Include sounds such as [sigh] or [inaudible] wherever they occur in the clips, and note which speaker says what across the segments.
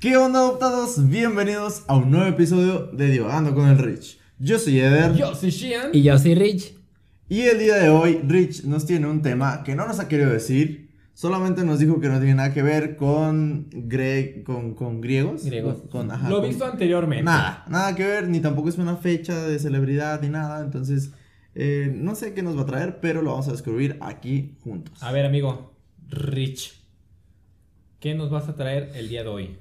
Speaker 1: ¿Qué onda adoptados? Bienvenidos a un nuevo episodio de Divagando con el Rich. Yo soy Eder
Speaker 2: Yo soy Sheehan.
Speaker 3: Y yo soy Rich.
Speaker 1: y el día de hoy Rich nos tiene un tema que no nos ha querido decir, solamente nos dijo que no tiene nada que ver con, gre con, con griegos.
Speaker 3: Griegos.
Speaker 1: Con, con- ajá,
Speaker 2: Lo
Speaker 1: con-
Speaker 2: visto anteriormente.
Speaker 1: Nada, nada que ver, ni tampoco es una fecha de celebridad ni nada, entonces eh, no sé qué nos va a traer, pero lo vamos a descubrir aquí juntos.
Speaker 2: A ver, amigo. Rich. ¿Qué nos vas a traer el día de hoy?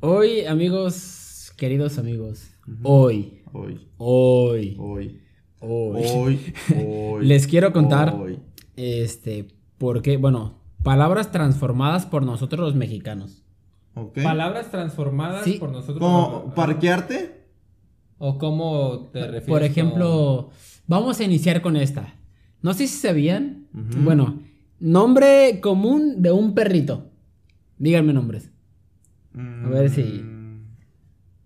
Speaker 3: Hoy, amigos, queridos amigos, hoy,
Speaker 1: Hoy,
Speaker 3: hoy,
Speaker 1: hoy,
Speaker 3: hoy,
Speaker 1: hoy, hoy.
Speaker 3: [laughs] Les quiero contar,
Speaker 1: hoy.
Speaker 3: este, porque, bueno, palabras transformadas por nosotros los mexicanos.
Speaker 1: Ok.
Speaker 2: Palabras transformadas
Speaker 3: Sí.
Speaker 2: por nosotros.
Speaker 1: ¿Eh? Como
Speaker 2: Ah,
Speaker 1: parquearte.
Speaker 2: ¿O cómo te refieres?
Speaker 3: Por
Speaker 2: con-
Speaker 3: ejemplo, vamos a iniciar con esta. No sé si sabían,
Speaker 1: Ujú.
Speaker 3: bueno, nombre común de un perrito. Díganme nombres.
Speaker 1: A
Speaker 3: ver si-
Speaker 1: Mm.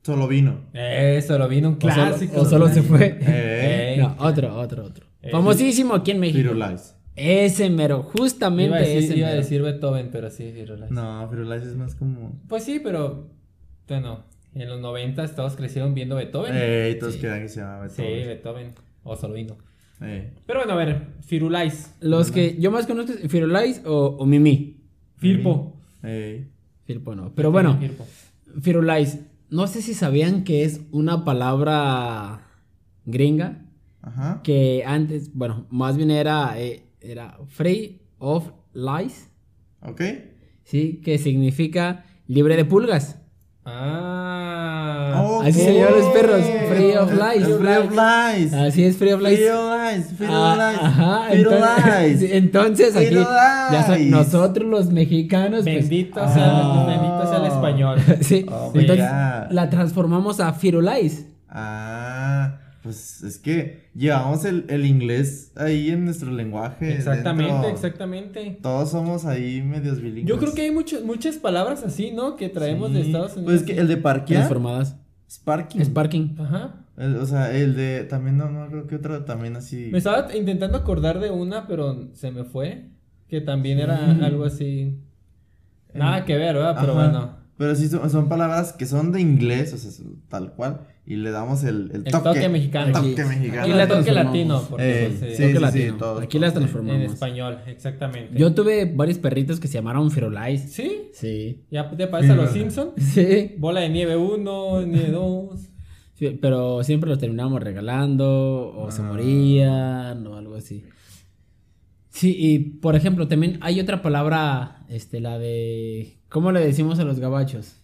Speaker 1: Solo vino.
Speaker 3: [laughs]
Speaker 2: Eso, lo vino un
Speaker 3: O solo-
Speaker 2: clásico.
Speaker 3: O solo, se fue.
Speaker 1: Eh.
Speaker 3: [laughs] No, otro, otro, otro.
Speaker 2: Eh,
Speaker 3: Famosísimo aquí en México.
Speaker 1: Firulais.
Speaker 3: Ese mero,
Speaker 2: Iba,
Speaker 3: justamente
Speaker 2: a decir,
Speaker 3: ese
Speaker 2: iba a
Speaker 3: mero.
Speaker 2: decir Beethoven, pero sí, Firulais.
Speaker 1: No, Firulais es más como.
Speaker 2: Pues sí, pero. Bueno, en los 90 todos crecieron viendo Beethoven.
Speaker 1: Ey, todos
Speaker 3: sí.
Speaker 1: querían que se llamaba
Speaker 2: sí,
Speaker 1: Eh, Beethoven.
Speaker 2: Beethoven. O solo vino.
Speaker 1: Ey.
Speaker 2: Pero bueno, a ver, Firulais.
Speaker 3: Los que yo más conozco es Firulais o, o Mimi.
Speaker 2: Firpo.
Speaker 1: Ey.
Speaker 3: Firpo no. Pero bueno,
Speaker 2: Firpo.
Speaker 3: Firulais, no sé si sabían que es una palabra gringa
Speaker 1: Ajá.
Speaker 3: que antes, bueno, más bien era, eh, era free of lies,
Speaker 1: Ok.
Speaker 3: ¿sí? Que significa libre de pulgas.
Speaker 2: Ah.
Speaker 1: Oh,
Speaker 3: así se llaman los perros, free of lies.
Speaker 1: lies. Free of lies.
Speaker 3: Así es, free of lies.
Speaker 1: Free of lies. Free of
Speaker 3: Ah,
Speaker 1: lies.
Speaker 3: ajá,
Speaker 1: Free of
Speaker 3: entonces,
Speaker 1: lies.
Speaker 3: [laughs] sí, entonces aquí ya so-
Speaker 1: Firulais.
Speaker 3: nosotros los mexicanos pues,
Speaker 2: Bendito,
Speaker 1: pues,
Speaker 2: sea,
Speaker 1: ah.
Speaker 2: bendito sea
Speaker 1: [laughs]
Speaker 2: el español.
Speaker 3: [laughs] sí,
Speaker 1: Oh my
Speaker 3: entonces
Speaker 1: God.
Speaker 3: la transformamos a Firulais.
Speaker 1: Ah, pues es que llevamos el, el inglés ahí en nuestro lenguaje.
Speaker 2: Exactamente,
Speaker 1: dentro.
Speaker 2: exactamente.
Speaker 1: Todos somos ahí medios bilingües.
Speaker 2: Yo creo que hay muchas muchas palabras así, ¿no? Que traemos de
Speaker 1: pues. Sí.
Speaker 2: Estados Unidos.
Speaker 1: Pues es que el de parquear.
Speaker 3: Transformadas.
Speaker 1: Es parking.
Speaker 3: Es parking.
Speaker 2: Ajá.
Speaker 1: El- Eh, o sea, el de. También no, no creo que otro también así.
Speaker 2: Me estaba intentando acordar de una, pero se me fue. Que también era algo así. Nada que ver, ¿verdad? Pero
Speaker 1: Ajá.
Speaker 2: bueno.
Speaker 1: Pero sí son, son palabras que son de inglés, o sea, son tal cual. Y le damos el, el
Speaker 2: El
Speaker 1: toque.
Speaker 2: toque mexicano.
Speaker 1: El toque
Speaker 3: Aquí.
Speaker 1: mexicano.
Speaker 2: Y
Speaker 3: la
Speaker 2: el toque
Speaker 3: transformamos.
Speaker 2: latino, porque
Speaker 1: Eh,
Speaker 2: eso se-
Speaker 1: sí,
Speaker 3: Toque
Speaker 1: sí,
Speaker 3: latino.
Speaker 1: todos,
Speaker 3: Aquí las
Speaker 1: todos, sí.
Speaker 2: en
Speaker 3: transformamos.
Speaker 2: español, exactamente.
Speaker 3: Yo tuve varios perritos que se llamaron Firulais.
Speaker 2: ¿Sí?
Speaker 3: Sí.
Speaker 2: ¿Ya te parece a los
Speaker 1: Sí, ¿verdad?
Speaker 2: Simpson?
Speaker 3: Sí.
Speaker 2: Bola de nieve 1, nieve 2.
Speaker 3: Sí, Pero siempre los terminábamos regalando o se
Speaker 1: Ah.
Speaker 3: morían o algo así. Sí, y por ejemplo, también hay otra palabra, este, la de... ¿Cómo le decimos a los gabachos?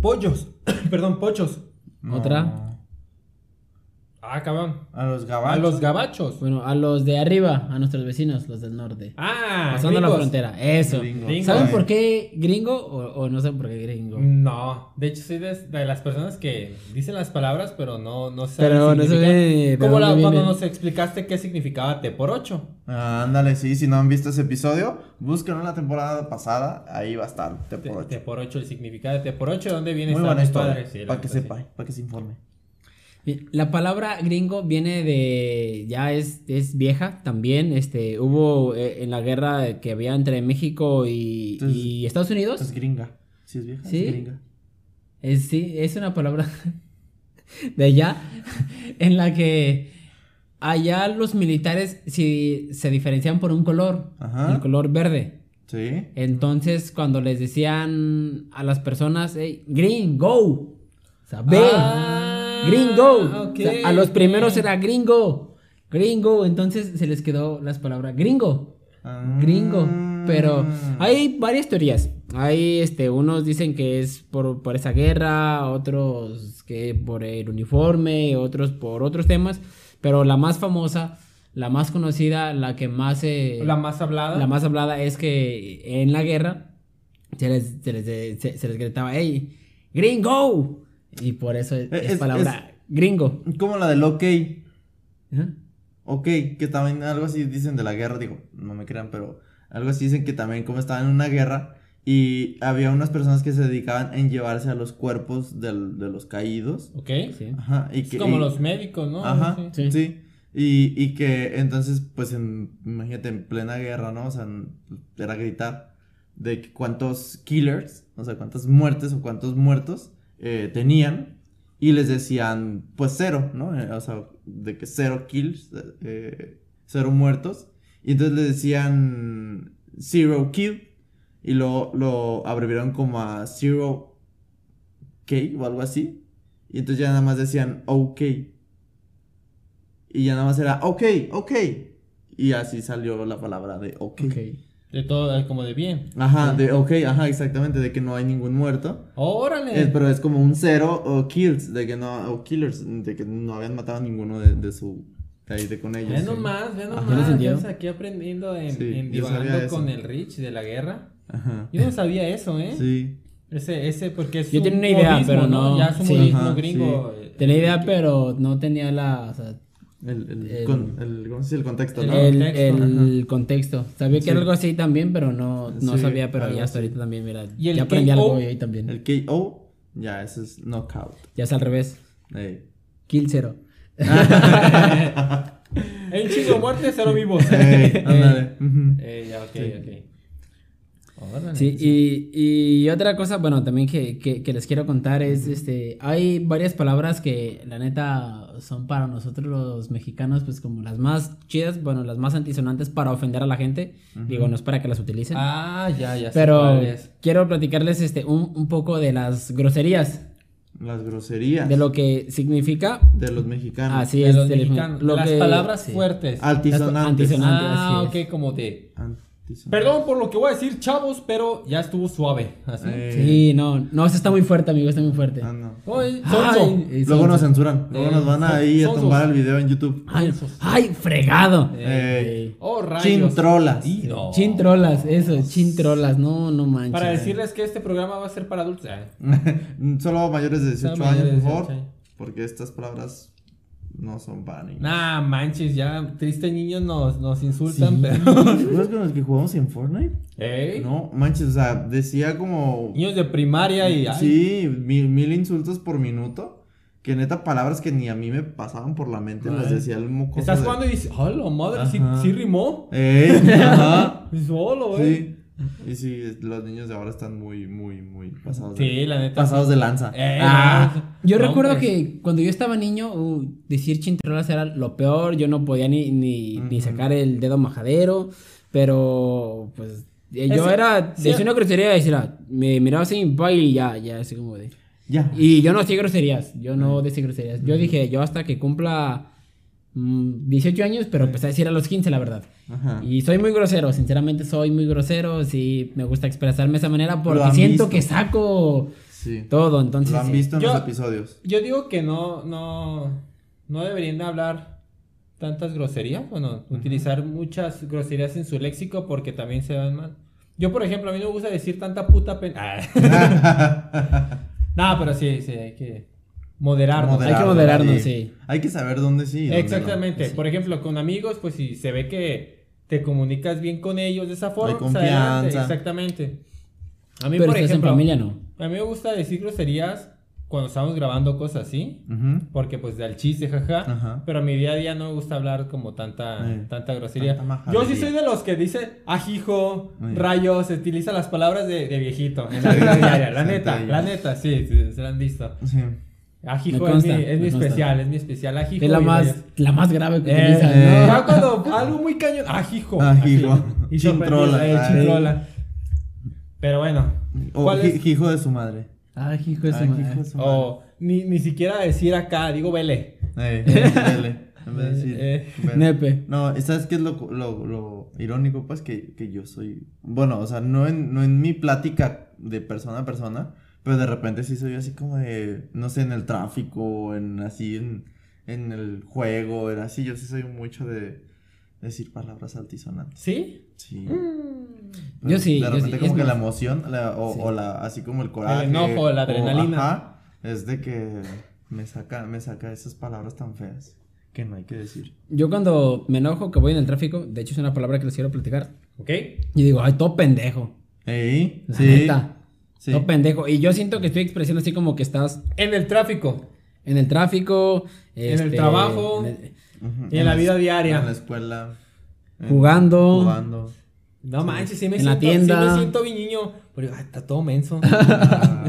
Speaker 2: Pollos. [coughs] Perdón, pochos.
Speaker 1: No.
Speaker 3: Otra.
Speaker 2: Ah, cabrón.
Speaker 1: A los
Speaker 2: A
Speaker 1: gabachos.
Speaker 2: los gabachos.
Speaker 3: Bueno, a los de arriba, a nuestros vecinos, los del norte.
Speaker 2: Ah,
Speaker 3: Pasando la
Speaker 2: gringos.
Speaker 3: frontera, eso.
Speaker 1: Gringos.
Speaker 3: ¿Saben
Speaker 1: Eh,
Speaker 3: por qué gringo o, o no saben por qué gringo?
Speaker 2: No, de hecho soy de, de las personas que dicen las palabras, pero no, no saben.
Speaker 3: Pero no
Speaker 2: significar.
Speaker 3: saben de
Speaker 2: Como la-
Speaker 3: dónde
Speaker 2: cuando
Speaker 3: viene.
Speaker 2: nos explicaste qué significaba T por 8.
Speaker 1: Ah, ándale, sí, si no han visto ese episodio, búsquenlo en la temporada pasada, ahí va a estar, te
Speaker 2: T,
Speaker 1: por ocho.
Speaker 2: por 8, el significado de T por 8, ¿de dónde viene
Speaker 1: Muy
Speaker 2: esta-
Speaker 1: buena
Speaker 2: mi
Speaker 1: historia,
Speaker 2: padre? Sí, la
Speaker 1: para que
Speaker 2: neta, sí.
Speaker 1: sepa, para que se informe.
Speaker 3: Bien, La palabra gringo viene de, ya es, es vieja también, este, hubo eh, en la guerra que había entre México y,
Speaker 1: Entonces-
Speaker 3: y Estados Unidos.
Speaker 1: Es gringa, si es vieja,
Speaker 3: ¿Sí?
Speaker 1: es gringa.
Speaker 3: Es, sí, es una palabra [laughs] de allá, en la que allá los militares si, se diferencian por un color,
Speaker 1: Ajá.
Speaker 3: el color verde.
Speaker 1: Sí.
Speaker 3: Entonces, cuando les decían a las personas, "Hey, gringo, o sea, ve,
Speaker 2: Ah,
Speaker 3: gringo,
Speaker 2: ok,
Speaker 3: o sea, a los
Speaker 2: ok.
Speaker 3: primeros era gringo, gringo, entonces se les quedó las palabras gringo,
Speaker 1: Ah.
Speaker 3: gringo.
Speaker 2: Mm.
Speaker 3: Pero
Speaker 1: Mm.
Speaker 3: hay varias teorías. Hay este, unos dicen que es por, por esa guerra, otros que por el uniforme, otros por otros temas. Pero la más famosa, la más conocida, la que más se.
Speaker 2: La más hablada.
Speaker 3: La más hablada es que en la guerra se les, se les, se- se les gritaba, ¡Ey! ¡Gringo! Y por eso es,
Speaker 1: Eh,
Speaker 3: es
Speaker 1: es-
Speaker 3: palabra gringo.
Speaker 1: Como la del ok,
Speaker 3: Ajá.
Speaker 1: ok, que también algo así dicen de la guerra, digo, no me crean, pero algo así dicen que también como estaban en una guerra y había unas personas que se dedicaban en llevarse a los cuerpos del- de los caídos.
Speaker 2: Ok.
Speaker 3: Sí.
Speaker 1: Ajá, y
Speaker 2: Es
Speaker 1: que,
Speaker 2: como
Speaker 1: y-
Speaker 2: los médicos, ¿no?
Speaker 1: Ajá, sí.
Speaker 2: Sí.
Speaker 3: Sí.
Speaker 1: Y, y que entonces, pues, en- imagínate, en plena guerra, ¿no? O sea, n- era gritar de que cuántos killers, no sé cuántas muertes o cuántos muertos eh, tenían y les decían pues cero, ¿no? Eh, o sea, de que cero kills, eh, cero muertos. Y entonces les decían zero kill y lo, lo abreviaron como a zero K o algo así. Y entonces ya nada más decían OK. Y ya nada más era OK, OK. Y así salió la palabra de OK.
Speaker 3: Ok.
Speaker 2: De todo, como de bien.
Speaker 1: Ajá, de OK, ajá, exactamente, de que no hay ningún muerto.
Speaker 2: ¡Órale!
Speaker 1: Es- pero es como un cero o kills, de que no, o killers, de que no habían matado a ninguno de, de su caída con ellos.
Speaker 2: Vean nomás, vean
Speaker 1: Ajá.
Speaker 3: ¿Ya lo
Speaker 2: nomás.
Speaker 3: sentieron?
Speaker 2: estamos aquí aprendiendo en,
Speaker 1: Sí,
Speaker 2: en
Speaker 1: yo sabía
Speaker 2: divagando
Speaker 1: eso.
Speaker 2: con el Rich de la guerra.
Speaker 1: Ajá.
Speaker 2: Yo no sabía eso, ¿eh?
Speaker 1: Sí.
Speaker 2: Ese, ese, porque es
Speaker 3: Yo
Speaker 2: un
Speaker 3: tenía una idea,
Speaker 2: modismo,
Speaker 3: pero no,
Speaker 2: Ya es un
Speaker 3: sí.
Speaker 2: modismo
Speaker 1: Ajá,
Speaker 2: gringo.
Speaker 3: Tenía idea, pero no tenía la, o sea,
Speaker 1: El, el,
Speaker 3: El-
Speaker 1: con- el- ¿cómo se dice? El contexto, ¿no?
Speaker 3: el,
Speaker 2: contexto,
Speaker 3: el contexto. Sabía que
Speaker 1: Sí.
Speaker 3: era algo así también, pero no, no
Speaker 1: Sí,
Speaker 3: sabía, pero
Speaker 1: algo
Speaker 3: ya hasta
Speaker 1: así.
Speaker 3: ahorita también, mira,
Speaker 2: ¿Y el
Speaker 3: ya aprendí algo
Speaker 2: KO?
Speaker 3: hoy también.
Speaker 1: El KO, ya, eso es knockout.
Speaker 3: Ya es al revés.
Speaker 1: Ey.
Speaker 3: Kill cero.
Speaker 2: En chingo muerte, cero vivos. [laughs]
Speaker 1: Ey, [laughs] ándale. Ujú.
Speaker 2: Eh, ya, ok, ok. Órale.
Speaker 3: Sí, y, y otra cosa, bueno, también que, que- que les quiero contar es, este, hay varias palabras que la neta son para nosotros los mexicanos, pues como las más chidas, bueno, las más antisonantes para ofender a la gente. Digo, no es para que las utilicen.
Speaker 2: Ah, ya, ya. sé
Speaker 3: pero
Speaker 2: cuál es.
Speaker 3: quiero platicarles este, un, un poco de las groserías,
Speaker 1: Las groserías
Speaker 3: de
Speaker 1: de,
Speaker 3: lo que significa.
Speaker 1: los mexicanos.
Speaker 3: Así
Speaker 2: De
Speaker 3: es,
Speaker 2: los
Speaker 3: de los-
Speaker 2: mexicanos.
Speaker 3: lo
Speaker 2: Las
Speaker 3: que-
Speaker 2: palabras
Speaker 3: sí.
Speaker 2: fuertes.
Speaker 1: Altisonantes.
Speaker 3: Altisonantes.
Speaker 2: Ah,
Speaker 3: así es.
Speaker 2: ok, como de.
Speaker 1: Altisonantes.
Speaker 2: Perdón por lo que voy a decir, chavos, pero ya estuvo suave. Así.
Speaker 1: Eh,
Speaker 3: Sí, no, no, eso está muy fuerte, amigo, está muy fuerte.
Speaker 1: ah, no.
Speaker 2: Oye,
Speaker 3: Ay,
Speaker 2: sonso.
Speaker 3: eh,
Speaker 1: Luego nos
Speaker 3: sonso.
Speaker 1: censuran. Luego
Speaker 2: Eh,
Speaker 1: nos van a
Speaker 2: son-
Speaker 1: ir a
Speaker 2: son
Speaker 1: tumbar
Speaker 2: sus-
Speaker 1: el video en YouTube.
Speaker 3: Ay, ay, fregado.
Speaker 2: Eh,
Speaker 1: Ey.
Speaker 2: Oh, rayos.
Speaker 1: Chintrolas.
Speaker 2: Y no.
Speaker 3: Chintrolas, eso, chintrolas, no, no manches.
Speaker 2: Para decirles que este programa va a ser para adultos. Ah,
Speaker 1: [laughs] Solo mayores de 18
Speaker 2: Solo
Speaker 1: años,
Speaker 2: mayores de
Speaker 1: por favor.
Speaker 2: 18 años.
Speaker 1: Porque estas palabras no son para
Speaker 2: [laughs]
Speaker 1: niños.
Speaker 2: Nah, manches, ya tristes niños nos, nos insultan,
Speaker 3: Sí. [laughs]
Speaker 2: pero.
Speaker 1: ¿Te acuerdas con los que jugamos en Fortnite?
Speaker 2: Ey,
Speaker 1: No, manches, o sea, decía como.
Speaker 2: Niños de primaria y. ay,
Speaker 1: Sí, mil, mil insultos por minuto. Que neta, palabras que ni a mí me pasaban por la mente, las
Speaker 2: Ay.
Speaker 1: decía el mocoso.
Speaker 2: Estás
Speaker 1: de-
Speaker 2: jugando y dices, hola madre! ¿sí,
Speaker 1: Ajá.
Speaker 2: sí rimó?
Speaker 3: [laughs]
Speaker 1: ¡Ey! Ajá.
Speaker 2: Dices, hola, güey.
Speaker 1: sí. Y sí, los niños de ahora están muy, muy, muy pasados de,
Speaker 2: Sí, la neta.
Speaker 1: pasados de lanza.
Speaker 2: Eh,
Speaker 3: Ah,
Speaker 2: no,
Speaker 3: yo
Speaker 2: no,
Speaker 3: recuerdo
Speaker 1: pues.
Speaker 2: hombre.
Speaker 3: que cuando yo estaba niño, uh, decir chintrolas era lo peor, yo no podía ni, ni, ni
Speaker 1: Ujú.
Speaker 3: sacar el dedo majadero, pero pues eh, yo
Speaker 2: Ese-
Speaker 3: era,
Speaker 2: sí.
Speaker 3: decía una grosería y decía, me miraba así mi papá y ya, ya, así como de...
Speaker 1: Ya.
Speaker 3: Y yo no hacía groserías, yo no decía groserías, yo dije, yo hasta que cumpla mm, 18 años, pero empecé a decir a los 15 la verdad.
Speaker 1: Ajá.
Speaker 3: Y soy muy grosero, sinceramente soy muy grosero, sí, me gusta expresarme de esa manera porque
Speaker 1: han
Speaker 3: siento
Speaker 1: visto.
Speaker 3: que saco
Speaker 1: Sí.
Speaker 3: todo, entonces...
Speaker 1: Lo han
Speaker 3: sí.
Speaker 1: visto en
Speaker 2: Yo-
Speaker 1: los
Speaker 3: [laughs]
Speaker 1: episodios. [laughs]
Speaker 2: Yo digo que no, no, no deberían de hablar tantas groserías, bueno, utilizar muchas groserías en su léxico porque también se van mal. Yo, por ejemplo, a mí no me gusta decir tanta puta pen... [laughs] Ah. no, pero sí, sí, hay que moderarnos.
Speaker 3: Moderar. Hay que moderarnos, sí.
Speaker 1: Hay que saber dónde sí. y dónde no.
Speaker 2: Exactamente. Por ejemplo, con amigos, pues si se ve que te comunicas bien con ellos de esa forma,
Speaker 1: Hay
Speaker 2: pues, adelante,
Speaker 1: confianza.
Speaker 2: Exactamente. A mí,
Speaker 3: pero
Speaker 2: por
Speaker 3: si estás en
Speaker 2: ejemplo,
Speaker 3: familia no.
Speaker 2: a mí me gusta decir groserías cuando estamos grabando cosas así.
Speaker 1: Ujú.
Speaker 2: Porque pues del chiste, jaja.
Speaker 1: Ajá.
Speaker 2: Pero a mi día a día no me gusta hablar como tanta,
Speaker 1: Eh,
Speaker 2: tanta grosería.
Speaker 1: tanta majadería.
Speaker 2: Yo sí soy de los que dice ajijo,
Speaker 1: Eh.
Speaker 2: rayos, se utiliza las palabras de, de viejito.
Speaker 1: [laughs]
Speaker 2: En la vida diaria, la
Speaker 1: Sí,
Speaker 2: neta,
Speaker 1: sí.
Speaker 2: la neta, sí, sí, se la han visto.
Speaker 1: Sí.
Speaker 2: Ajijo
Speaker 3: Me
Speaker 2: es
Speaker 3: consta,
Speaker 2: mi, es
Speaker 3: me
Speaker 2: mi
Speaker 3: consta.
Speaker 2: especial, es mi especial. Ajijo.
Speaker 3: Es la
Speaker 2: y
Speaker 3: más,
Speaker 2: rayos.
Speaker 3: la más grave que
Speaker 2: Eh,
Speaker 3: utilizan,
Speaker 1: eh.
Speaker 3: ¿no?
Speaker 2: ya cuando algo muy cañón, ajijo.
Speaker 1: Ajijo.
Speaker 2: así. Y
Speaker 1: Chintrola,
Speaker 2: sorprendida, eh,
Speaker 1: ay.
Speaker 2: chintrola. Pero bueno,
Speaker 1: O
Speaker 2: ¿cuál
Speaker 1: Oh, hi-
Speaker 2: es?
Speaker 1: hijo de su madre.
Speaker 3: Ay, hijo de su
Speaker 1: Ah,
Speaker 3: madre. Oh,
Speaker 1: hijo de su madre.
Speaker 2: O ni, ni siquiera decir acá, digo vele.
Speaker 1: Eh, vele, en vez de decir,
Speaker 2: Eh,
Speaker 1: vele.
Speaker 3: Nepe.
Speaker 1: No, ¿sabes qué es lo, lo, lo irónico? Pues que, que yo soy. Bueno, o sea, no en, no en mi plática de persona a persona, pero de repente sí soy así como de. No sé, en el tráfico, en así, en, en el juego, en así. Yo sí soy mucho de decir palabras altisonantes.
Speaker 2: ¿Sí?
Speaker 1: Sí.
Speaker 2: Mm,
Speaker 3: Yo sí,
Speaker 1: De
Speaker 3: yo
Speaker 1: repente,
Speaker 3: sí,
Speaker 1: como
Speaker 3: es
Speaker 1: que
Speaker 3: más-
Speaker 1: la emoción, la- o,
Speaker 3: Sí.
Speaker 1: o la, así como el coraje.
Speaker 2: enojo, la
Speaker 1: o-
Speaker 2: adrenalina.
Speaker 1: ajá, es de que me saca, me saca esas palabras tan feas que no hay que decir.
Speaker 3: Yo cuando me enojo que voy en el tráfico, de hecho es una palabra que les quiero platicar,
Speaker 2: ¿Ok?
Speaker 3: y digo, ay, todo pendejo.
Speaker 1: Ey,
Speaker 3: La
Speaker 1: sí.
Speaker 3: neta.
Speaker 1: Sí.
Speaker 3: Todo pendejo. Y yo siento que estoy expresando así como que estás
Speaker 2: En el tráfico.
Speaker 3: en el tráfico.
Speaker 2: En el
Speaker 3: este,
Speaker 2: trabajo.
Speaker 3: en el-
Speaker 1: Ujú.
Speaker 2: Y en la vida
Speaker 1: es-
Speaker 2: diaria.
Speaker 1: En la escuela. en-
Speaker 3: Jugando. [laughs]
Speaker 1: Jugando.
Speaker 2: No manches, sí me
Speaker 3: En la
Speaker 2: siento.
Speaker 3: tienda.
Speaker 2: Sí me siento bien niño. Pero digo, "Ay, está todo menso.
Speaker 1: Ah,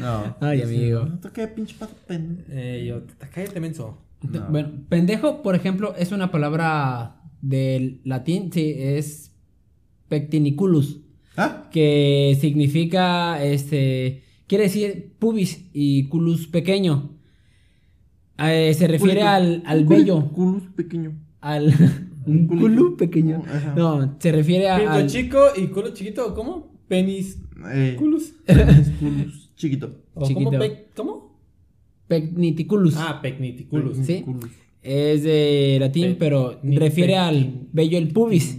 Speaker 1: no.
Speaker 3: Ay,
Speaker 1: Yo sí,
Speaker 3: amigo.
Speaker 1: No toqué pinche pato pen.
Speaker 2: eh, yo, "Ta- cállate, menso.
Speaker 3: Te-
Speaker 1: No.
Speaker 3: Bueno, pendejo, por ejemplo, es una palabra del latín, sí, es pectiniculus,
Speaker 1: ¿Ah?
Speaker 3: que significa, este, quiere decir pubis y culus pequeño. Eh, se refiere
Speaker 1: Culito.
Speaker 3: al, al
Speaker 1: Un
Speaker 3: vello,
Speaker 1: culi- culus pequeño.
Speaker 3: al un
Speaker 1: culito.
Speaker 3: culo pequeño.
Speaker 1: Ajá.
Speaker 3: No, se refiere a-
Speaker 2: Pinto
Speaker 3: al...
Speaker 2: chico y culo chiquito, ¿cómo? Penis
Speaker 1: Eh,
Speaker 2: culus.
Speaker 1: culus, culus chiquito.
Speaker 2: ¿O
Speaker 3: Chiquito.
Speaker 2: ¿Cómo? Pec- ¿Cómo?
Speaker 3: Pectiniculus.
Speaker 2: Ah, pecniticulus.
Speaker 3: Sí.
Speaker 1: Culus.
Speaker 3: Es de latín,
Speaker 2: Pe-
Speaker 3: pero
Speaker 2: ni-
Speaker 3: refiere
Speaker 2: pe-
Speaker 3: al vello el pubis.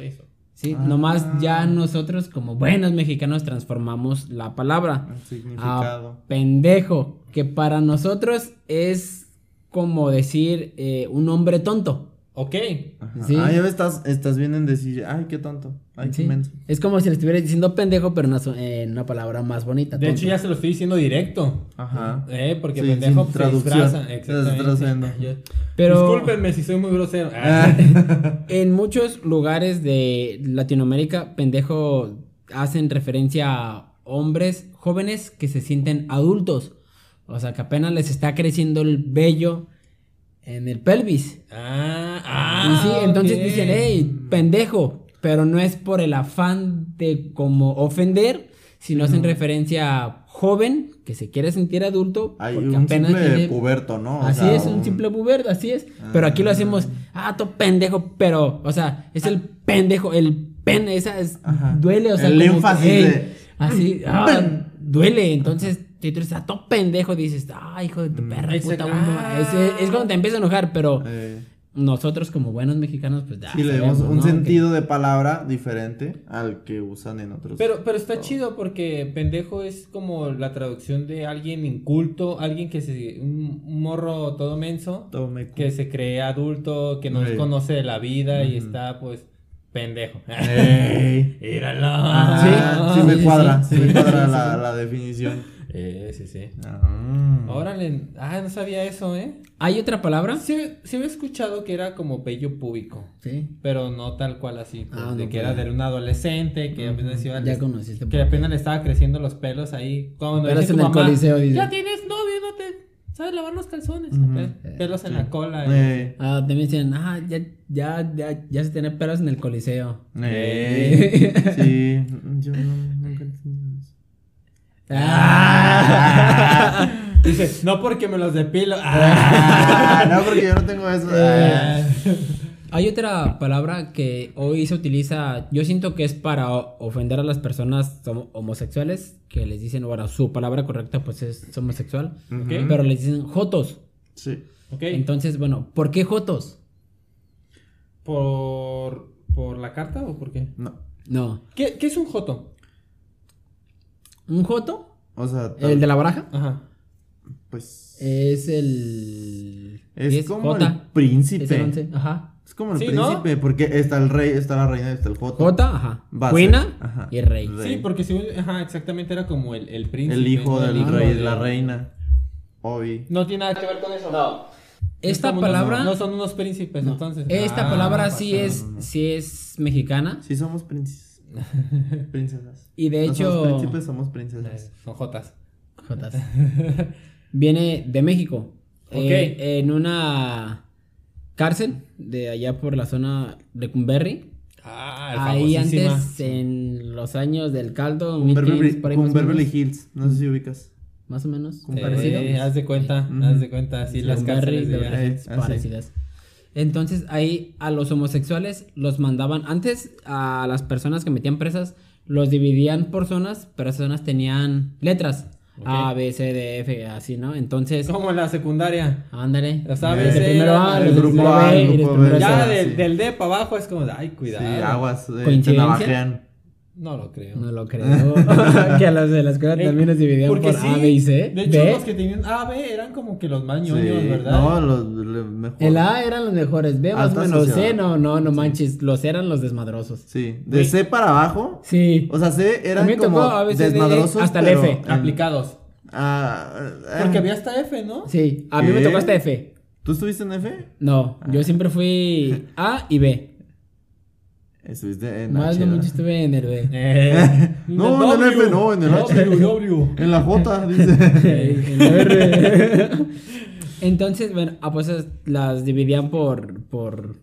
Speaker 2: Eso.
Speaker 3: Sí,
Speaker 1: Ah.
Speaker 3: nomás ya nosotros como buenos mexicanos transformamos la palabra.
Speaker 1: El
Speaker 3: a
Speaker 1: significado.
Speaker 3: pendejo, que para nosotros es como decir eh, un hombre tonto.
Speaker 2: Ok.
Speaker 1: Ajá.
Speaker 3: sí.
Speaker 1: Ah, ya ves, estás, estás bien en decir, ay, qué tonto. Ay,
Speaker 3: ¿sí?
Speaker 1: qué menso.
Speaker 3: Es como si le estuvieras diciendo pendejo, pero en una, so- en una palabra más bonita.
Speaker 2: De hecho,
Speaker 3: tonto.
Speaker 2: ya se lo estoy diciendo directo.
Speaker 1: Ajá.
Speaker 2: Eh, porque
Speaker 1: Ah. Sí,
Speaker 2: pendejo
Speaker 1: sin
Speaker 2: pues, se
Speaker 1: traducción.
Speaker 2: disfraza.
Speaker 1: Se
Speaker 2: Exactamente.
Speaker 1: disfrazando.
Speaker 2: Yo-
Speaker 3: Pero
Speaker 2: Discúlpenme si soy muy grosero.
Speaker 1: [laughs] Ah.
Speaker 3: en muchos lugares de Latinoamérica, pendejo hacen referencia a hombres jóvenes que se sienten adultos. O sea, que apenas les está creciendo el vello en el pelvis.
Speaker 2: Ah,
Speaker 3: Y
Speaker 2: ah.
Speaker 3: sí, entonces
Speaker 2: ok.
Speaker 3: dicen, hey, pendejo. Pero no es por el afán de como ofender, sino hacen referencia a joven que se quiere sentir adulto.
Speaker 1: Hay
Speaker 3: porque
Speaker 1: un
Speaker 3: apenas
Speaker 1: simple
Speaker 3: tiene-
Speaker 1: puberto, ¿no? O
Speaker 3: Así
Speaker 1: sea, eh,
Speaker 3: es, un simple buber, así es. Pero aquí lo hacemos, ah, to pendejo, pero, o sea, es el pendejo, el pen, esa es,
Speaker 1: Ajá.
Speaker 3: duele, o sea,
Speaker 1: El
Speaker 3: como que,
Speaker 1: énfasis
Speaker 3: "Ey",
Speaker 1: de- [laughs]
Speaker 3: así, ah,
Speaker 1: Pen.
Speaker 3: duele, entonces, si tú dices, ah, to pendejo, dices, ah, hijo de tu
Speaker 1: Mm.
Speaker 3: perra,
Speaker 2: Exacto.
Speaker 3: puta, bomba". Es, es cuando te empiezas a enojar, pero...
Speaker 1: Eh,
Speaker 3: Nosotros como buenos mexicanos, pues ya
Speaker 1: sí, le damos
Speaker 3: sabemos,
Speaker 1: un
Speaker 3: ¿no?
Speaker 1: sentido de palabra diferente al que usan en otros.
Speaker 2: [laughs] Pero, pero está chido porque pendejo es como la traducción de alguien inculto, alguien que se. un un morro todo menso,
Speaker 1: Tome cu-
Speaker 2: que se cree adulto, que no
Speaker 1: Sí.
Speaker 2: conoce de la vida y
Speaker 1: Ujú. Eh.
Speaker 2: está pues pendejo.
Speaker 1: Ey.
Speaker 2: [laughs] Míralo.
Speaker 1: Ah,
Speaker 3: Sí,
Speaker 1: sí,
Speaker 3: sí,
Speaker 1: me
Speaker 3: sí,
Speaker 1: cuadra, sí,
Speaker 3: [laughs] sí.
Speaker 1: me cuadra la, la definición.
Speaker 2: Eh, sí, sí.
Speaker 1: Ah.
Speaker 2: Órale, ah, no sabía eso, ¿eh?
Speaker 3: ¿Hay otra palabra?
Speaker 2: Sí, sí había escuchado que era como bello púbico,
Speaker 3: Sí.
Speaker 2: pero no tal cual así, pues,
Speaker 3: Ah,
Speaker 2: de
Speaker 3: no,
Speaker 2: que
Speaker 3: pues,
Speaker 2: era de un adolescente, que apenas iba
Speaker 3: Ya
Speaker 2: al-
Speaker 3: conociste.
Speaker 2: que apenas le estaba creciendo los pelos ahí. Cuando
Speaker 3: Pelos
Speaker 2: dice tu
Speaker 3: en el
Speaker 2: mamá,
Speaker 3: coliseo, dice.
Speaker 2: Ya tienes novio, no te sabes lavar los calzones.
Speaker 1: Ujú.
Speaker 3: Eh,
Speaker 2: Pe- Pelos en
Speaker 1: Sí.
Speaker 2: la cola. y-
Speaker 1: Eh,
Speaker 3: Ah, también dicen, ah, ya, ya, ya, ya se tiene pelos en el coliseo.
Speaker 1: eh, sí, yo no, nunca entendí eso.
Speaker 3: [laughs] Ah.
Speaker 2: eh. Dice, no porque me los depilo.
Speaker 3: Eh. [laughs]
Speaker 1: Ah, no, porque yo no tengo eso. Ah.
Speaker 3: Hay otra palabra que hoy se utiliza, yo siento que es para o- ofender a las personas homo- homosexuales, que les dicen, bueno, su palabra correcta pues es homosexual,
Speaker 1: Ujú.
Speaker 2: ok,
Speaker 3: pero les dicen jotos.
Speaker 1: Sí.
Speaker 2: [laughs] ok,
Speaker 3: Entonces, bueno, ¿por qué jotos?
Speaker 2: ¿Por, ¿por la carta o por qué?
Speaker 1: No.
Speaker 3: No.
Speaker 2: ¿Qué, qué es un joto?
Speaker 3: ¿Un joto?
Speaker 1: O sea, tal-
Speaker 3: ¿El de la baraja?
Speaker 2: Ajá.
Speaker 1: pues.
Speaker 3: Es el.
Speaker 1: es,
Speaker 3: diez,
Speaker 1: como
Speaker 3: Jota.
Speaker 1: el príncipe.
Speaker 3: Es el once, Ajá.
Speaker 1: Es como el
Speaker 2: Sí, ¿no?
Speaker 1: príncipe, porque está el rey, está la reina, está el joto.
Speaker 3: Jota, ajá.
Speaker 1: Va a
Speaker 3: Cuina
Speaker 1: ser, ajá.
Speaker 3: y el rey.
Speaker 1: Rey.
Speaker 2: Sí, porque según, ajá, exactamente era como el, el príncipe.
Speaker 1: El hijo
Speaker 2: ¿no?
Speaker 1: del
Speaker 3: hijo
Speaker 1: rey,
Speaker 3: de-
Speaker 1: de la reina. Obi.
Speaker 2: No tiene nada que ver con eso. No.
Speaker 3: Esta
Speaker 2: somos-
Speaker 3: palabra.
Speaker 2: No son unos príncipes, entonces.
Speaker 3: Esta
Speaker 2: Ah,
Speaker 3: palabra
Speaker 2: pasa.
Speaker 3: sí es, sí es mexicana.
Speaker 1: Sí, somos
Speaker 3: [laughs]
Speaker 1: princes- princesas.
Speaker 3: Y de
Speaker 1: No
Speaker 3: hecho.
Speaker 1: Somos príncipes, somos princesas.
Speaker 2: Son Eh, jotas.
Speaker 3: Jotas. [laughs] Viene de México.
Speaker 2: Ok.
Speaker 3: Eh, en una cárcel de allá por la zona de Cumberry.
Speaker 2: Ah,
Speaker 3: Ahí
Speaker 2: famosísima.
Speaker 3: antes, en los años del caldo,
Speaker 1: Con Beverly,
Speaker 3: 1500, eh, por ahí
Speaker 1: con
Speaker 3: más o menos.
Speaker 1: Beverly Hills, no sé si ubicas.
Speaker 3: Más o menos.
Speaker 1: Con
Speaker 2: Eh,
Speaker 3: parecido.
Speaker 2: haz de cuenta,
Speaker 1: Ujú.
Speaker 2: haz de cuenta, así las cárceles de Ah, allá.
Speaker 1: Beverly Hills,
Speaker 3: Eh,
Speaker 1: así.
Speaker 3: parecidas. Entonces ahí a los homosexuales los mandaban, antes a las personas que metían presas, los dividían por zonas, pero esas zonas tenían letras.
Speaker 2: Ok.
Speaker 3: A, B, C, D, F, así, ¿no? Entonces,
Speaker 2: Es como en la secundaria.
Speaker 3: ándale.
Speaker 2: O sea,
Speaker 1: Eh,
Speaker 2: ves
Speaker 3: El primero
Speaker 2: era-
Speaker 3: A,
Speaker 1: el
Speaker 3: los del
Speaker 1: grupo
Speaker 3: primero
Speaker 1: A,
Speaker 3: B
Speaker 1: el
Speaker 3: y los
Speaker 1: grupo
Speaker 3: primeros
Speaker 1: B.
Speaker 2: Ya
Speaker 3: C.
Speaker 2: del,
Speaker 1: sí.
Speaker 2: del D para abajo es como, de, ay, cuidado.
Speaker 1: Sí, aguas. eh, te
Speaker 3: ¿Coincidencia?
Speaker 1: navajean.
Speaker 2: No lo creo.
Speaker 3: No lo
Speaker 2: [laughs]
Speaker 3: creo. que a los de la escuela
Speaker 2: Eh,
Speaker 3: también los dividían por
Speaker 2: porque sí,
Speaker 3: A, B y C.
Speaker 2: De hecho,
Speaker 3: D.
Speaker 2: los que tenían A, B eran como que los más
Speaker 1: Sí,
Speaker 2: ñoños, ¿verdad?
Speaker 1: No, los, los mejor.
Speaker 3: El A eran los mejores, B más
Speaker 1: Alta
Speaker 3: o menos, C
Speaker 1: sociedad.
Speaker 3: no, no, no manches, los eran los desmadrosos.
Speaker 1: Sí, de C para abajo.
Speaker 3: Sí.
Speaker 1: O sea, C
Speaker 3: A
Speaker 1: eran
Speaker 3: mí me tocó
Speaker 1: como
Speaker 3: A, B, C, D,
Speaker 1: desmadrosos.
Speaker 3: hasta el
Speaker 1: pero
Speaker 3: F,
Speaker 1: en-
Speaker 2: Aplicados.
Speaker 1: Ah, ah,
Speaker 2: Porque había hasta F, ¿no?
Speaker 3: Sí, a mí me
Speaker 1: ¿Qué? Ah.
Speaker 3: tocó hasta F.
Speaker 1: ¿Tú estuviste en F?
Speaker 3: No, yo siempre fui A y B.
Speaker 1: Estuviste en
Speaker 3: Más
Speaker 1: la
Speaker 3: no
Speaker 1: chela.
Speaker 3: mucho estuve en el B.
Speaker 2: [laughs] Eh,
Speaker 1: No, en el F, no, en el H.
Speaker 2: W.
Speaker 1: En la
Speaker 3: [laughs]
Speaker 1: J, dice.
Speaker 3: en la R. [laughs] Entonces, bueno, apuestas las dividían por, por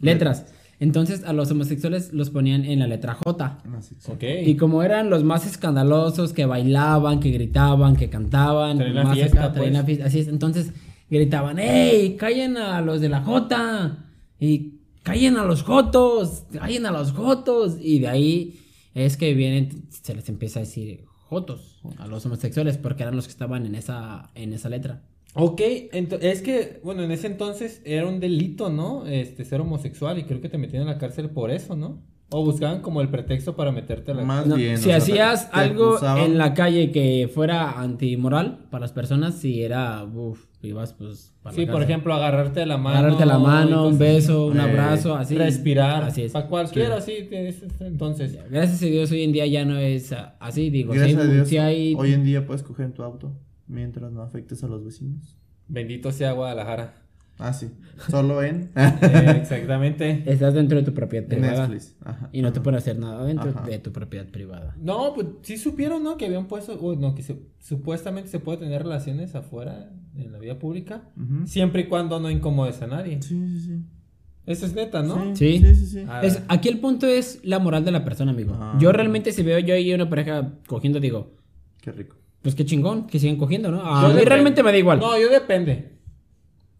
Speaker 3: letras. Entonces, a los homosexuales los ponían en la letra J.
Speaker 1: No, sí, sí.
Speaker 2: Ok.
Speaker 3: Y como eran los más escandalosos, que bailaban, que gritaban, que cantaban,
Speaker 2: Traían la
Speaker 3: más
Speaker 2: fiesta,
Speaker 3: acá, traían la
Speaker 2: pues.
Speaker 3: fiesta, así es. Entonces gritaban, ¡Ey! ¡Callen a los de la J! Y callen a los Jotos, callen a los Jotos. Y de ahí es que vienen, se les empieza a decir Jotos a los homosexuales, porque eran los que estaban en esa, en esa letra.
Speaker 2: Ok, ento- es que, bueno, en ese entonces era un delito, ¿no? Este, ser homosexual y creo que te metían a la cárcel por eso, ¿no? O buscaban como el pretexto para meterte a la
Speaker 1: Más
Speaker 3: No,
Speaker 1: bien.
Speaker 3: si
Speaker 1: o sea,
Speaker 3: hacías
Speaker 1: te- te
Speaker 3: algo
Speaker 1: acusaban.
Speaker 3: en la calle que fuera antimoral para las personas, si era, uff, ibas pues... para
Speaker 2: Sí,
Speaker 3: la
Speaker 2: por
Speaker 3: cárcel.
Speaker 2: ejemplo, agarrarte la mano.
Speaker 3: Agarrarte la mano,
Speaker 2: y
Speaker 3: un
Speaker 2: cosas
Speaker 3: beso, un
Speaker 1: Eh,
Speaker 3: abrazo,
Speaker 2: así,
Speaker 3: así.
Speaker 2: Respirar.
Speaker 3: Así es.
Speaker 2: Para cualquiera, así. tienes- Entonces,
Speaker 3: Gracias a Dios hoy en día ya no es ah, así, digo.
Speaker 1: Gracias
Speaker 3: sí,
Speaker 1: a Dios,
Speaker 3: sí hay-
Speaker 1: hoy en día puedes coger en tu auto mientras no afectes a los vecinos.
Speaker 2: bendito sea
Speaker 3: [laughs]
Speaker 2: Guadalajara.
Speaker 1: Ah, sí. Solo en
Speaker 2: Eh, exactamente.
Speaker 3: Estás dentro de tu propiedad privada.
Speaker 1: Netflix. Ajá.
Speaker 3: Y no te pueden hacer nada dentro
Speaker 1: Ajá.
Speaker 3: de tu propiedad privada.
Speaker 2: No, pues sí supieron, ¿no? Que habían puesto, uy, no, que se- supuestamente se puede tener relaciones afuera en la vía pública,
Speaker 1: Ujú. Sí,
Speaker 2: siempre y cuando no incomodes a nadie.
Speaker 1: sí, sí.
Speaker 2: Eso es neta, ¿no?
Speaker 3: Sí.
Speaker 1: Sí, sí, sí.
Speaker 2: Ah,
Speaker 3: Es- aquí el punto es la moral de la persona, amigo.
Speaker 1: Ah.
Speaker 3: Yo realmente si veo yo ahí una pareja cogiendo, digo,
Speaker 1: Qué rico.
Speaker 3: pues qué chingón, que sigan cogiendo, ¿no? A
Speaker 2: Yo
Speaker 3: mí
Speaker 2: depende-
Speaker 3: realmente me da igual.
Speaker 2: No, yo depende.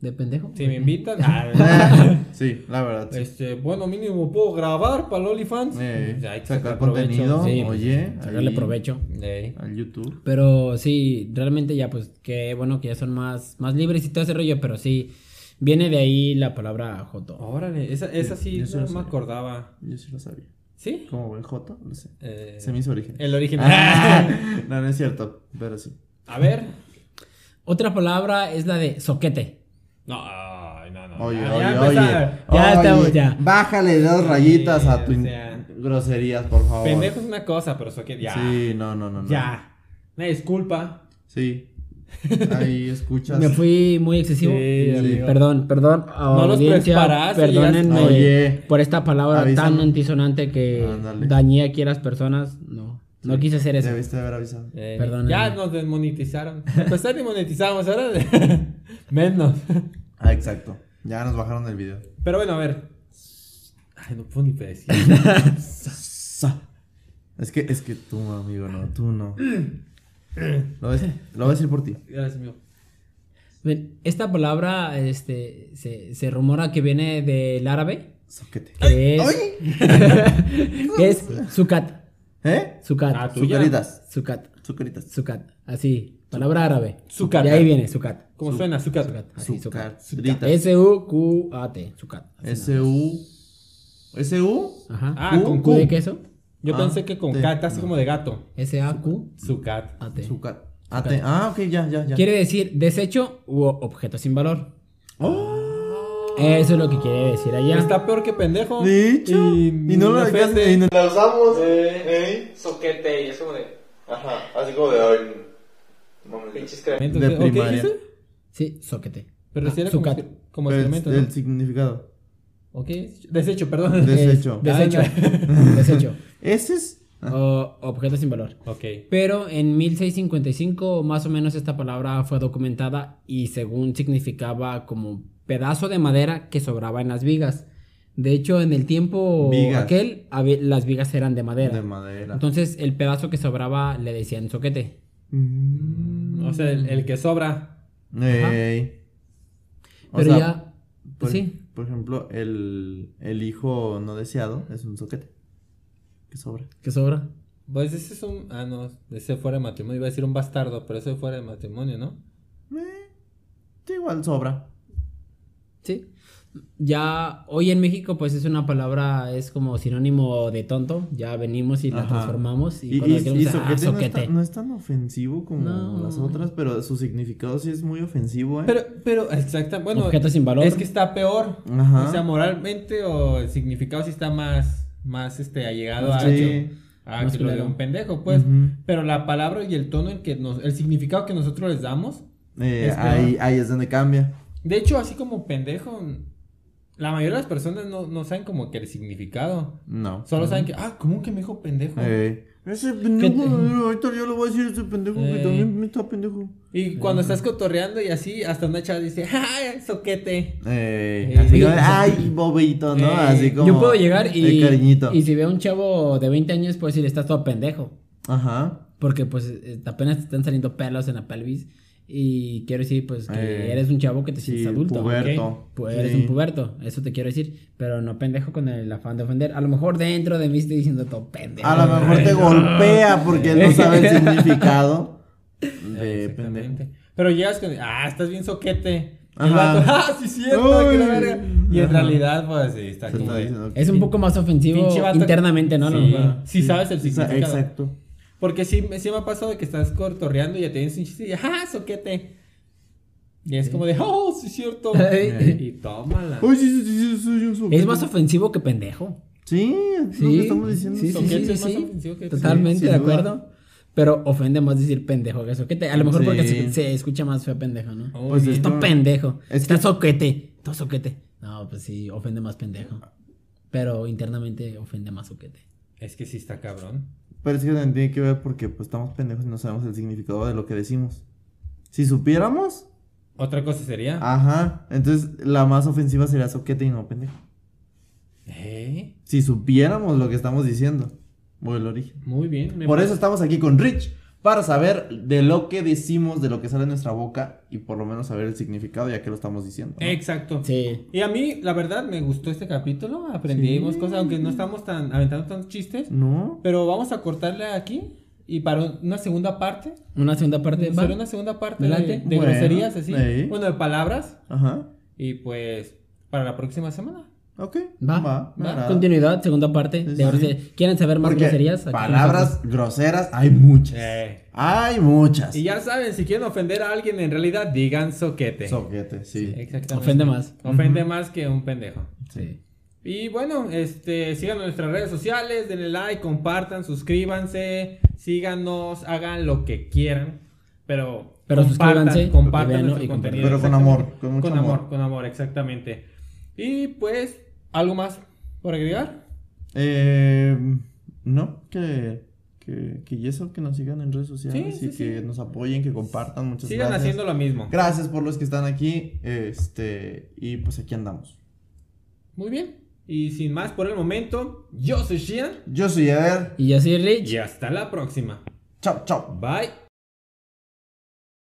Speaker 3: De pendejo.
Speaker 2: Si me invitan, ah,
Speaker 1: sí, la verdad. Sí.
Speaker 2: [laughs] este, bueno, mínimo puedo grabar para los OnlyFans.
Speaker 1: Eh,
Speaker 2: Ya hay que
Speaker 1: sacar
Speaker 2: provecho.
Speaker 1: contenido.
Speaker 3: Sí,
Speaker 1: Oye,
Speaker 3: Sacarle
Speaker 1: ahí-
Speaker 3: provecho.
Speaker 2: Ey.
Speaker 1: Al YouTube.
Speaker 3: Pero sí, realmente ya pues qué bueno que ya son más, más libres y todo ese rollo, pero sí, viene de ahí la palabra joto.
Speaker 2: Órale, esa, esa sí
Speaker 1: Yo sí
Speaker 2: no
Speaker 1: lo
Speaker 2: me
Speaker 1: sabía.
Speaker 2: acordaba.
Speaker 1: Yo sí lo sabía.
Speaker 2: ¿Sí?
Speaker 1: Como buen J, lo sé.
Speaker 2: Eh,
Speaker 1: Se me hizo origen.
Speaker 2: el original.
Speaker 1: no, no es cierto, pero sí.
Speaker 2: A ver.
Speaker 3: Otra palabra es la de soquete.
Speaker 2: No, ay, no, no.
Speaker 1: Oye,
Speaker 2: Ah, ya-
Speaker 1: oye,
Speaker 2: ya
Speaker 1: oye.
Speaker 2: empezaba.
Speaker 3: Ya
Speaker 1: Oye,
Speaker 3: estamos, ya.
Speaker 1: Bájale dos rayitas a tu
Speaker 2: o
Speaker 1: in-
Speaker 2: sea.
Speaker 1: groserías, por favor.
Speaker 2: Pendejo es una cosa, pero eso que ya.
Speaker 1: Sí, no, no, no. no.
Speaker 2: Ya. Una disculpa. [laughs]
Speaker 1: Sí. Ahí escuchas.
Speaker 3: Me fui muy excesivo.
Speaker 2: Sí,
Speaker 3: Y
Speaker 2: amigo.
Speaker 3: perdón, perdón.
Speaker 2: No los
Speaker 3: audiencia,
Speaker 2: preparaste,
Speaker 3: Perdónenme
Speaker 1: llegaste- Oye,
Speaker 3: por esta palabra
Speaker 1: avísame.
Speaker 3: tan antisonante que
Speaker 1: Ándale.
Speaker 3: dañé aquí a las personas. No, no quise hacer eso.
Speaker 1: Debiste haber avisado.
Speaker 2: Eh,
Speaker 3: Perdónenme.
Speaker 2: Ya nos desmonetizaron. [laughs] Pues ya desmonetizamos, ahora [laughs] menos.
Speaker 1: Ah, exacto. Ya nos bajaron el video.
Speaker 2: Pero bueno, a ver. Ay, no puedo ni decir.
Speaker 1: Es que, es que tú, amigo, no, tú
Speaker 2: [coughs]
Speaker 1: no. Lo ves- lo voy a decir por ti.
Speaker 2: Gracias, mío.
Speaker 3: Ven, Esta palabra este, se, se rumora que viene del árabe,
Speaker 1: Soquete.
Speaker 3: que es,
Speaker 1: ¡Ay!
Speaker 3: [laughs]
Speaker 2: [laughs]
Speaker 3: que es sucat.
Speaker 1: ¿Eh?
Speaker 3: Sucat.
Speaker 2: Ah, tú. Tuya.
Speaker 1: Sucaritas.
Speaker 3: Sucat.
Speaker 1: Sucaritas.
Speaker 3: Sucat. Así. Palabra árabe.
Speaker 2: Sucat.
Speaker 3: Y ahí viene, sucat.
Speaker 2: ¿Cómo suena? Azúcar.
Speaker 3: Sucat. Así, sucat.
Speaker 1: Sucaritas.
Speaker 3: S-U-Q-A-T. Sucat. Así nada.
Speaker 1: S-U. ¿S-U?
Speaker 3: Ajá.
Speaker 2: Ah,
Speaker 3: Q,
Speaker 2: con
Speaker 3: Q de
Speaker 2: Q.
Speaker 3: queso.
Speaker 2: Yo
Speaker 1: Ah,
Speaker 2: pensé que con
Speaker 1: te-
Speaker 2: cat, así como de gato.
Speaker 3: S-A-Q-A-T.
Speaker 2: Zucat.
Speaker 1: Sucar. Ah, te- ah, ok, ya, ya, ya.
Speaker 3: Quiere decir desecho u objeto sin valor.
Speaker 1: ¡Oh!
Speaker 3: Eso es lo que quiere decir allá.
Speaker 2: Está peor que pendejo.
Speaker 1: De hecho. Y, no lo alcanzan. y no-
Speaker 4: La usamos. ¿eh?
Speaker 2: Soquete y es como de.
Speaker 4: Ajá, así como de hoy. No me digas.
Speaker 2: Pinches crementos.
Speaker 1: De
Speaker 2: ¿O qué
Speaker 1: primaria.
Speaker 2: dijiste?
Speaker 3: Sí, soquete.
Speaker 2: Pero
Speaker 3: Ah,
Speaker 2: si era
Speaker 3: sucat.
Speaker 2: como, como
Speaker 1: Pero
Speaker 2: excremento,
Speaker 1: el,
Speaker 2: ¿no?
Speaker 1: el significado.
Speaker 2: Ok, desecho, perdón.
Speaker 1: De- Desecho.
Speaker 3: Desecho. [laughs] desecho.
Speaker 1: Ese es.
Speaker 3: O objeto sin valor.
Speaker 2: [laughs] ok.
Speaker 3: Pero en 1655 más o menos esta palabra fue documentada y según significaba como pedazo de madera que sobraba en las vigas. De hecho, en el tiempo
Speaker 1: Vigas.
Speaker 3: aquel habe- las vigas eran de madera.
Speaker 1: De madera.
Speaker 3: Entonces el pedazo que sobraba le decían soquete.
Speaker 1: Mm.
Speaker 2: O sea, el, el que sobra.
Speaker 1: Ey. O
Speaker 3: Pero
Speaker 1: sea,
Speaker 3: ya...
Speaker 1: Por,
Speaker 3: pues sí.
Speaker 1: por ejemplo, el, el hijo no deseado es un soquete. Que sobra.
Speaker 3: ¿Qué sobra?
Speaker 2: Pues ese es un. Ah, no, ese fuera de matrimonio. Iba a decir un bastardo, pero ese fuera de matrimonio, ¿no?
Speaker 1: Eh, igual sobra.
Speaker 3: Sí. Ya hoy en México pues es una palabra, es como sinónimo de tonto. Ya venimos y la
Speaker 1: Ajá.
Speaker 3: transformamos y,
Speaker 1: Y,
Speaker 3: cuando
Speaker 1: y-
Speaker 3: queremos,
Speaker 1: y
Speaker 3: ah,
Speaker 1: soquete, no es
Speaker 3: soquete.
Speaker 1: tan- No, es tan, ofensivo como
Speaker 3: No.
Speaker 1: las otras, pero su significado sí es muy ofensivo, ¿eh?
Speaker 2: Pero, pero, exacta. Bueno,
Speaker 3: Objeto sin valor.
Speaker 2: es que está peor.
Speaker 1: Ajá.
Speaker 2: O sea, moralmente o el significado sí está más, más este, allegado a,
Speaker 1: Sí.
Speaker 2: a
Speaker 3: Más
Speaker 2: que lo de
Speaker 3: culero.
Speaker 2: un pendejo, pues.
Speaker 1: Ujú.
Speaker 2: Pero la palabra y el tono en que nos. El significado que nosotros les damos.
Speaker 1: Eh,
Speaker 2: Es peor.
Speaker 1: ahí, ahí es donde cambia.
Speaker 2: De hecho, así como pendejo. la mayoría de las personas no, no saben como que el significado.
Speaker 1: No.
Speaker 2: Solo saben que, ah, ¿cómo que me dijo pendejo?
Speaker 1: Eh, ese
Speaker 3: ¿Qué
Speaker 1: pendejo,
Speaker 3: te-
Speaker 1: mira, ahorita yo le voy a decir a ese pendejo que
Speaker 2: Eh.
Speaker 1: también está pendejo.
Speaker 2: Y
Speaker 1: eh.
Speaker 2: cuando estás cotorreando y así, hasta una chava dice, ¡ay, soquete!
Speaker 1: Eh,
Speaker 3: Eh,
Speaker 1: así
Speaker 3: oye,
Speaker 1: como,
Speaker 3: o sea,
Speaker 1: ay, bobito, ¿no?
Speaker 2: eh,
Speaker 1: así como.
Speaker 3: Yo puedo llegar y,
Speaker 1: El cariñito.
Speaker 3: y si veo a un chavo de 20 años, puedo decir, estás todo pendejo.
Speaker 1: Ajá.
Speaker 3: Porque pues eh, apenas te están saliendo pelos en la pelvis. Y quiero decir, pues, que
Speaker 1: Eh,
Speaker 3: eres un chavo que te
Speaker 1: Sí,
Speaker 3: sientes adulto.
Speaker 1: puberto.
Speaker 3: Pues eres
Speaker 1: Sí.
Speaker 3: un puberto, eso te quiero decir. Pero no pendejo con el afán de ofender. A lo mejor dentro de mí estoy diciendo todo pendejo.
Speaker 1: A lo mejor te golpea porque él no sabe
Speaker 2: [laughs]
Speaker 1: el significado. De pendejo.
Speaker 2: Eh, Exactamente. Pero llegas con, ¡ah, estás bien soquete! Y el
Speaker 1: Ajá.
Speaker 2: vato, ¡ah, sí, cierto! que la
Speaker 1: Uy.
Speaker 2: verga". Y en
Speaker 1: Ajá.
Speaker 2: realidad, pues, sí, está
Speaker 1: Se
Speaker 2: como
Speaker 1: está
Speaker 2: de-
Speaker 1: diciendo que-
Speaker 3: Es un poco más ofensivo
Speaker 2: Pinche vato-
Speaker 3: internamente, ¿no? A lo
Speaker 2: Sí,
Speaker 3: mejor.
Speaker 2: sí sabes el
Speaker 1: O sea,
Speaker 2: significado.
Speaker 1: Exacto.
Speaker 2: Porque sí, me- sí me ha pasado de que estás cotorreando y ya te dicen un chiste y ¡ah, soquete! Y es como de, ¡oh, sí,
Speaker 3: [laughs]
Speaker 2: cierto!
Speaker 3: Ey.
Speaker 2: y tómala.
Speaker 1: Uy, sí, sí, sí, sí, soy un
Speaker 3: Es
Speaker 1: sujeto.
Speaker 3: más ofensivo que pendejo.
Speaker 1: Sí, es lo
Speaker 3: Sí,
Speaker 1: que estamos diciendo.
Speaker 3: sí, sí,
Speaker 2: Soquete
Speaker 3: sí,
Speaker 2: es más
Speaker 3: sí.
Speaker 2: ofensivo que-
Speaker 3: Totalmente
Speaker 1: sin
Speaker 3: de
Speaker 1: duda.
Speaker 3: acuerdo. Pero ofende más decir pendejo que soquete. A lo mejor porque
Speaker 1: Sí.
Speaker 3: se, se escucha más feo pendejo, ¿no?
Speaker 2: Oh,
Speaker 1: Pues
Speaker 2: bien.
Speaker 1: es-
Speaker 3: Está
Speaker 1: no.
Speaker 3: pendejo.
Speaker 1: Es
Speaker 3: Está
Speaker 1: que-
Speaker 3: soquete. Está soquete. No, pues sí, ofende más pendejo. Pero internamente ofende más soquete.
Speaker 2: Es que sí está cabrón.
Speaker 1: Pero es que también tiene que ver porque pues estamos pendejos y no sabemos el significado de lo que decimos. Si supiéramos,
Speaker 2: Otra cosa sería.
Speaker 3: Ah.
Speaker 1: ajá, entonces la más ofensiva sería soquete y no pendejo.
Speaker 2: ¿Eh?
Speaker 1: Si supiéramos lo que estamos diciendo o el origen.
Speaker 2: Muy bien. me
Speaker 1: Por
Speaker 2: pa-
Speaker 1: eso estamos aquí con Rich, para saber de lo que decimos, de lo que sale de nuestra boca y por lo menos saber el significado ya que lo estamos diciendo. ¿no?
Speaker 2: Exacto.
Speaker 3: Sí.
Speaker 2: Y a mí, la verdad, me gustó este capítulo. Aprendimos
Speaker 1: Sí.
Speaker 2: cosas, aunque no estamos tan aventando tantos chistes.
Speaker 1: ¿No?
Speaker 2: Pero vamos a cortarle aquí. Y para un- una segunda parte.
Speaker 3: Una segunda parte.
Speaker 2: Sería
Speaker 3: va.
Speaker 2: una segunda parte de,
Speaker 3: Adelante.
Speaker 2: de
Speaker 1: Bueno,
Speaker 2: groserías, así. Pues,
Speaker 1: sí.
Speaker 2: Bueno, de palabras.
Speaker 1: Ajá.
Speaker 2: Y pues, para la próxima semana.
Speaker 1: Ok.
Speaker 3: Va.
Speaker 1: Va. me
Speaker 2: Va.
Speaker 1: agrada.
Speaker 3: Continuidad, segunda parte.
Speaker 1: Sí,
Speaker 3: de
Speaker 1: sí,
Speaker 3: ahora
Speaker 1: sí.
Speaker 3: sí. ¿Quieren saber más
Speaker 1: Porque
Speaker 3: groserías? Aquí con nosotros.
Speaker 1: Palabras groseras hay muchas.
Speaker 2: Eh.
Speaker 1: Hay muchas.
Speaker 2: Y ya saben, si quieren ofender a alguien, en realidad, digan soquete.
Speaker 1: Soquete, sí.
Speaker 2: Exactamente.
Speaker 3: Ofende más.
Speaker 2: Ofende más que un pendejo.
Speaker 3: Sí.
Speaker 2: Y bueno, este, síganos en nuestras redes sociales, denle like, compartan, suscríbanse, síganos, hagan lo que quieran, pero,
Speaker 3: Pero
Speaker 2: compartan,
Speaker 3: suscríbanse,
Speaker 2: compartan
Speaker 3: veanlo
Speaker 2: nuestro
Speaker 3: y compartan.
Speaker 2: contenido.
Speaker 1: Pero con
Speaker 2: exactamente.
Speaker 1: amor, con mucho
Speaker 2: con amor.
Speaker 1: amor.
Speaker 2: Con amor, exactamente. Y pues, ¿algo más por agregar?
Speaker 1: Eh, no, que, que, que y eso, que nos sigan en redes sociales
Speaker 2: Sí,
Speaker 1: y
Speaker 2: sí,
Speaker 1: que nos apoyen, que compartan. Muchas
Speaker 2: Sigan
Speaker 1: gracias.
Speaker 2: haciendo lo mismo.
Speaker 1: Gracias por los que están aquí. Este, y pues aquí andamos.
Speaker 2: Muy bien. Y sin más por el momento, yo soy Shian
Speaker 1: Yo soy Eder.
Speaker 3: Y yo soy Rich.
Speaker 2: y hasta la próxima.
Speaker 1: Chao, chao.
Speaker 2: Bye.